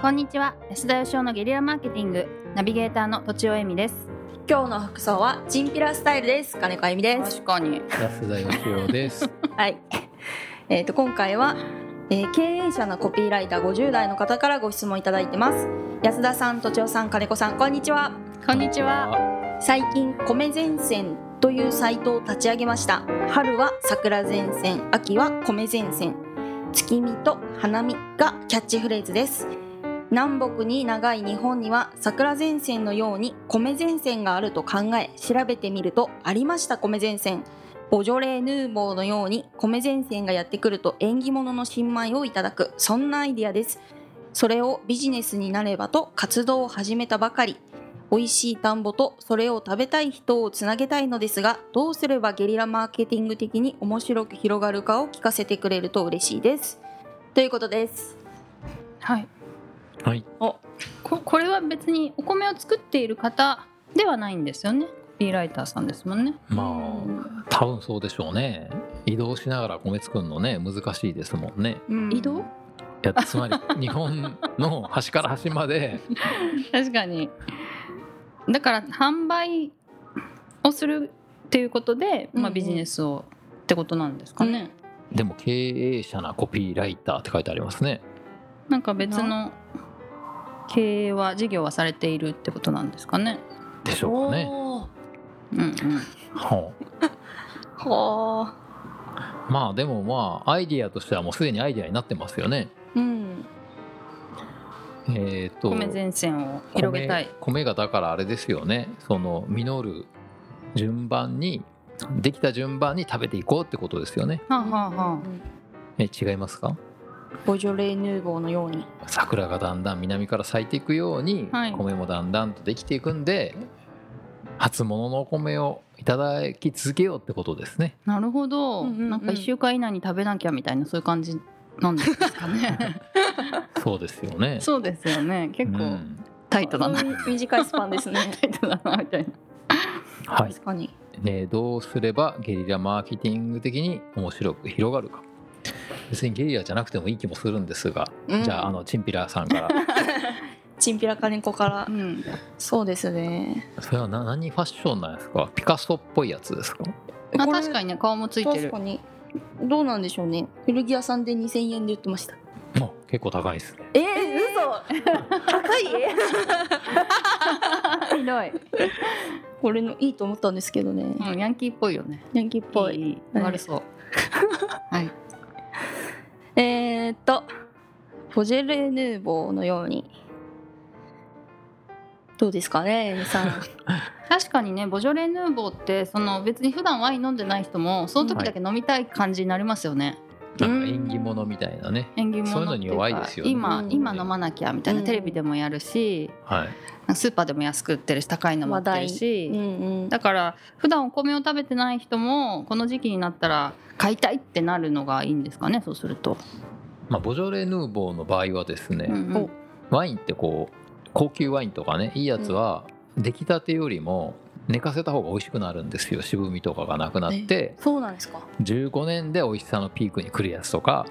こんにちは安田義生のゲリラマーケティングナビゲーターの土地尾恵美です今日の服装はチンピラスタイルです金子あゆみですかに安田義雄です。はい えっ、と今回は、えー経営者のコピーライター50代の方からご質問いただいてます安田さんとちおさん金子さんこんにちは こんにちは。最近米前線というサイトを立ち上げました春は桜前線秋は米前線月見と花見がキャッチフレーズです南北に長い日本には桜前線のように米前線があると考え調べてみるとありました米前線ボジョレ・ヌーボーのように米前線がやってくると縁起物の新米をいただくそんなアイディアですそれをビジネスになればと活動を始めたばかり美味しい田んぼとそれを食べたい人をつなげたいのですがどうすればゲリラマーケティング的に面白く広がるかを聞かせてくれると嬉しいですということですはい。はい。ここれは別にお米を作っている方ではないんですよね。コピーライターさんですもんね。まあ多分そうでしょうね。移動しながら米作るのね難しいですもんね。うん移動？いやつま り日本の端から端まで確かに。だから販売をするっていうことで、うんまあうんビジネスをってことなんですかね。でも経営者なコピーライターって書いてありますね。なんか別の経営は事業はされているってことなんですかね。でしょうかね。おーうんうん。はほーあまあでもまあアイディアとしてはもうすでにアイディアになってますよね。うんえっ、と米前線を広げたい。米米がだからあれですよねその実る順番にできた順番に食べていこうってことですよねはあ、はあはうんえ違いますかボジョレ・ヌーボーのように桜がだんだん南から咲いていくように、はい米もだんだんとできていくんで初物のお米をいただき続けようってことです ねあ、なるほど。うんうんうんなんか一週間以内に食べなきゃみたいなそういう感じなんです かね。そうですよねそうですよね。結う構んタイトだな、うん短いスパンですねタイトだなみたいな。はい確かにね、どうすればゲリラマーケティング的に面白く広がるか別にゲリラじゃなくてもいい気もするんですが、うんじゃああのチンピラさ んからチンピラ金子からうん。そうですねそれはな何ファッションなんですかピカソっぽいやつですかあ確かにね顔もついて確るか。にどうなんでしょうね古着屋さんで2000円で売ってましたあ結構高いですねえー、 嘘高いひどい。 これのいいと思ったんですけどね、うんヤンキーっぽいよね。ヤンキーっぽいいいはい悪そう。はい。えー、っとボジェレ・ヌーボーのようにどうですかね皆さん確かにねボジョレ・ヌーボーってその別に普段ワイン飲んでない人もその時だけ飲みたい感じになりますよね。なんか縁起物みたいなね縁起物そういうのに弱いですよねってうか今、うん今飲まなきゃみたいな、うんテレビでもやるしはいスーパーでも安く売ってるし高いのも売ってるし、 うんうんだから普段お米を食べてない人もこの時期になったら買いたいってなるのがいいんですかねそうすると。まあ、ボジョレ・ヌーボーの場合はですね、うんうんおワインってこう高級ワインとかねいいやつは出来たてよりも寝かせた方が美味しくなるんですよ渋みとかがなくなってそうなんですか15年で美味しさのピークに来るやつとか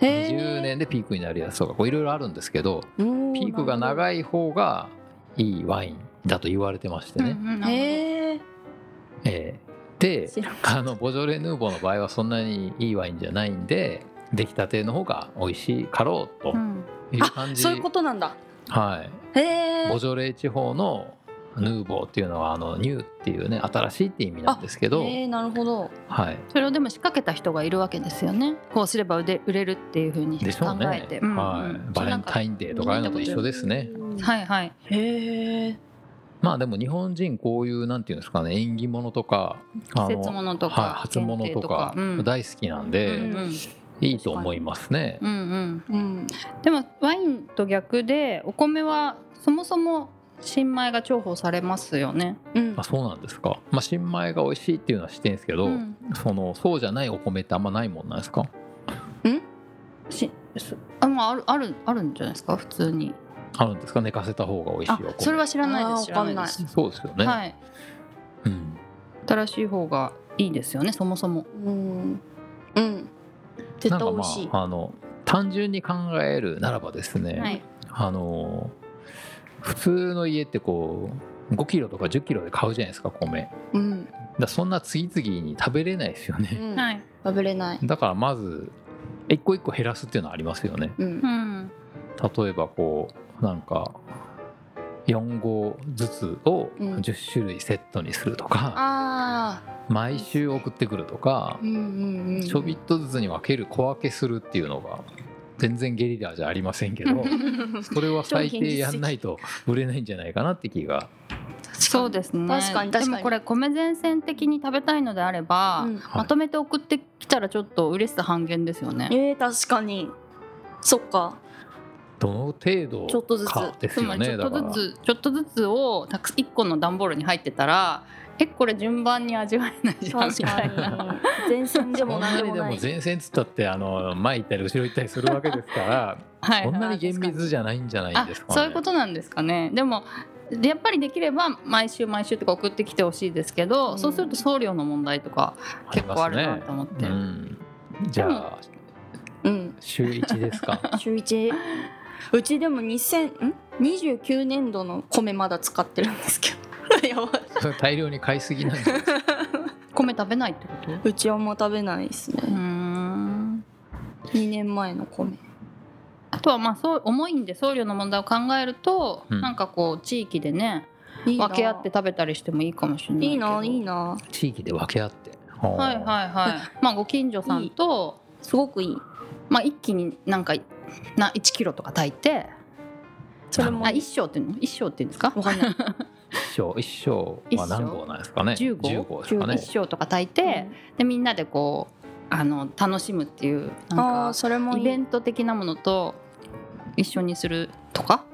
へー20年でピークになるやつとかこういろいろあるんですけどおピークがい長い方がいいワインだと言われてましてね、うんうんへええーで知らんあのボジョレ・ヌーボーの場合はそんなにいいワインじゃないんで出来たての方が美味しいかろうとうんいう感じ、そういうことなんだはい、へえボジョレー地方のヌーボーっていうのはあのニューっていうね新しいって意味なんですけど、えー、なるほどはい、それをでも仕掛けた人がいるわけですよねこうすれば売れ売れるっていうふうにでしょう考えねて、、うんうんはい、バレンタインデーとかああいうのと一緒ですねうんはいはいへえまあでも日本人こういうなんていうんですかね縁起物とかあ季節物とかはい、初物とか限定とかうん大好きなんで、うんうんいいと思いますね、うんうんうんでもワインと逆でお米はそもそも新米が重宝されますよね。うんあそうなんですか、まあ、新米が美味しいっていうのは知ってるんですけど、うんそのそうじゃないお米ってあんまないもんなんですかしそあまああるあるあるんじゃないですか普通に。あるんですか寝かせた方が美味しいおあ米それは知らないであーす知らないでわかす。そうですよね、はいうん、新しい方がいいですよねそもそも。うんうん絶な対んか美ま味しいああの単純に考えるならばですね、はいあの普通の家ってこう5キロとか1 0キロで買うじゃないですか米うんだそんな次々に食べれないですようね、んはい。食べれないだからまず一個一個減らすっていうのはありますよねうんうん。例えばこうなんか4合ずつをうん10種類セットにするとか、ああ毎週送ってくるとかう、んうんうんち ょびっとずつに分ける小分けするっていうのが全然ゲリラじゃありませんけどそれは最低やんないと売れないんじゃないかなって気が、そうですね。確かに確かにでもこれ米前線的に食べたいのであれば、うんはいまとめて送ってきたらちょっと嬉しさ半減ですよね。えー、確かにそっかどの程度ちょっとずつかですつまよりちょっねだかとらずつちょっとずつをたく一個の段ボールに入ってたら、えこれ順番に味わえないじゃんみ確たかいにな。前線でそもん何なでにもでなもい前線っつったってあの前行ったり後ろ行ったりするわけですから はそいん。なに厳密じゃないんじゃないあですかね。そういうことなんですかね。でもでやっぱりできれば毎週毎週とか送ってきてほしいですけど、うんそうすると送料の問題とか結構あるなと思っうて。ん、じゃあうん週1ですか週一うちでも2000ん29年度の米まだ使ってるんですけど やばいそれ 大量に買いすぎなんで米食べないってこと？ううちはあんま食べないですーねん。 2年前の米あとはまあそう重いんで送料の問題を考えると、うんなんかこう地域でねいいな分け合って食べたりしてもいいかもしれないいけいど。ないいな地域で分け合ってははいはいはい。まあご近所さんとすごくいいまあ一気になんかな1キロとか炊いて、それもあ一升っていうの一升っていうんですか？わかんない一生一生は何号なんですかね一生10号ですかね一升とか炊いて、でみんなでこうあの楽しむっていううんあなあんそれもかいイいベント的なものと一緒にするとか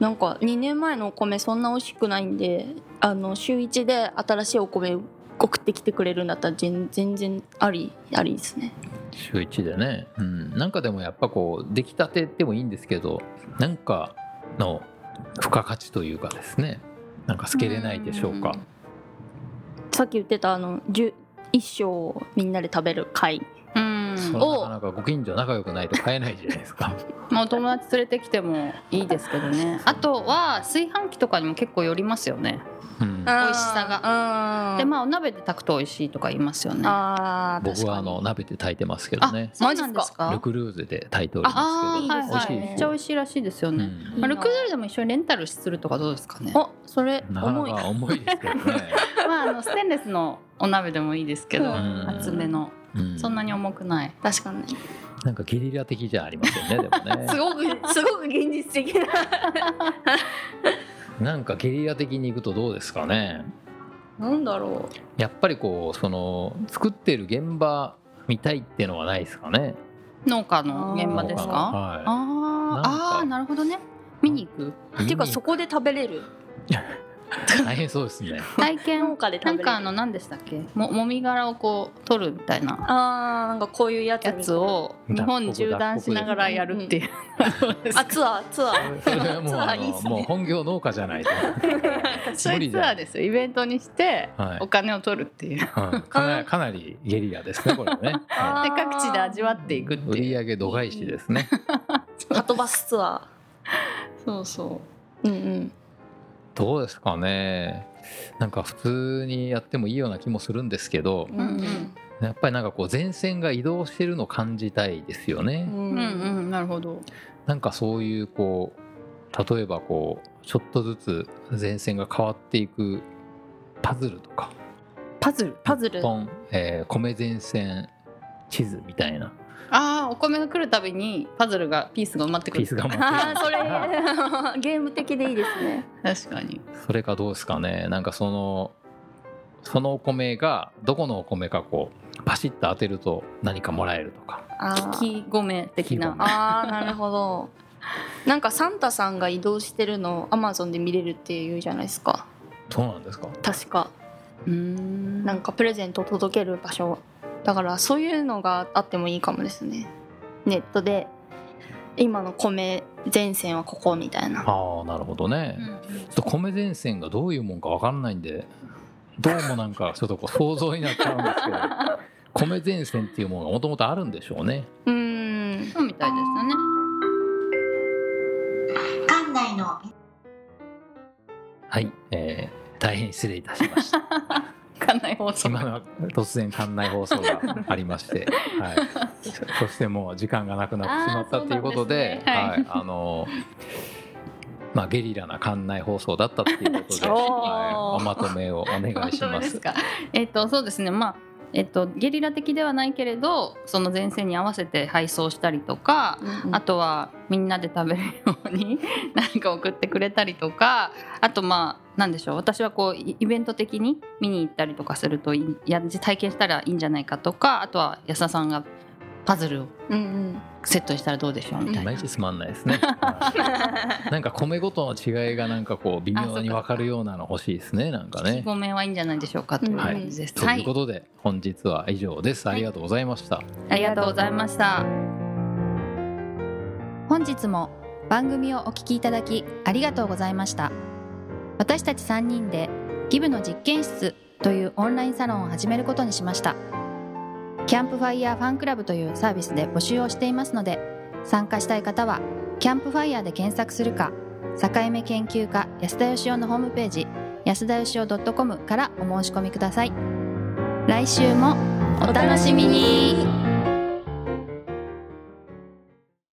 なんか2年前のお米そんな美味しくないんであの週1で新しいお米送ってきてくれるんだったら全全然ありありですね週1でね、うん、なんかでもやっぱこう出来たてでもいいんですけどなんかの付加価値というかですねなんか透けれないでしょうかさっき言ってたあの10一生をみんなで食べる会うんそれおなかなかご近所仲良くないと買えないじゃないですかまあお友達連れてきてもいいですけどねあとは炊飯器とかにも結構よりますよねうん美味しさがでまあお鍋で炊くと美味しいとか言いますよねああー僕はあ確かにの鍋で炊いてますけどねそうなんですルかクルーズで炊いておりまあすけーどはいいいですねはいめっちゃ美味しいらしいですようね、んまあルクルーズでも一緒にレンタルするとかどうですかねおそれなかな重いか重いですけど ね、まああのステンレスのお鍋でもいいですけどうん厚めのうんそんなに重くない確かになんかゲリラ的じゃありませんねでも ねすごくすごく現実的ななんかゲリラ的に行くとどうですかねなんだろやっぱりこうその作ってる現場見たいっていうのはないですかね農家の現場ですかはあなんかーあーなるほどね見に行くい、うっていうかそこで食べれる大変そうですね体験農家でな食んべれるかあの何でしたっけももみ殻をこう取るみたいなあーなんかこういうやつやにつを日本縦断しながらやるっていうあツアーツアーそれはもうあツアーいいっのすねもう本業農家じゃないと、 そういうツアーですよイベントにしてはい お金を取るっていうでうんかなかなりゲリラですねこれはね、はあー各地で味わっていくっい、売てりいう上げ度外視ですねあとバスツアそうそーうんうんどうですかねなんか普通にやってもいいような気もするんですけどうんやっぱりなんかこう前線が移動してるのを感じたいですよね、ううんんうんなるほどなんかそういうこう例えばこうちょっとずつ前線が変わっていくパズルとかパズルパズル日本、えー米前線地図みたいなああお米が来るたびにパズルがピースが埋まってくピーるスが待ってあ るーそれ ゲーム的でいいですね確かに それかどうですかねなんかそのそのお米がどこのお米かこうパシッと当てると何かもらえるとかあー聞き米的聞きな米あーなるほどなんかサンタさんが移動してるのをアマゾンで見れるっていうじゃないですかそうなんですか確かうーんなんかプレゼント届ける場所だからそういうのがあってもいいかもですねネットで今の米前線はここみたいなああなるほどね、うんちょっと米前線がどういうもんか分かんないんでどうもなんか ちょっとこう想像になっちゃうんですけど米前線っていうものがもともとあるんでしょうねうーんそうみたいでしたね。問題のはい、えー大変失礼いたしま した館内放送今のは突然館内放送がありま して、はい、そしてもう時間がなくなってしまったあーということでそうなんはですい、あのまあ、ゲリラな館内放送だったっていうことで、おーはい、おまとめをお願いし本当まですす。か。えっとそうですね。まあえっとゲリラ的ではないけれど、その前線に合わせて配送したりとか、あとはみんなで食べるように 何か送ってくれたりとか、あとまあなんでしょう。私はこうイイベント的に見に行ったりとかするといいや体験したらいいんじゃないかとか、あとは安田さんがパズルをうんうんセットにしたらどうでしょうみたいいな。まいちつまんないですね。はいなんか米ごとの違いがなんかこう微妙に分かるようなの欲しいですね。なんか聞きね。ごめんはいいんじゃないでしょうかというは感いじです。ということで本日は以上です。ありがとうございました。ありがとうございました。本日も番組をお聞きいただきありがとうございました私たち3人でギブの実験室というオンラインサロンを始めることにしましたキャンプファイヤーファンクラブというサービスで募集をしていますので参加したい方はキャンプファイヤーで検索するか境目研究家安田義雄のホームページ安田義雄 .com からお申し込みください来週もお楽しみに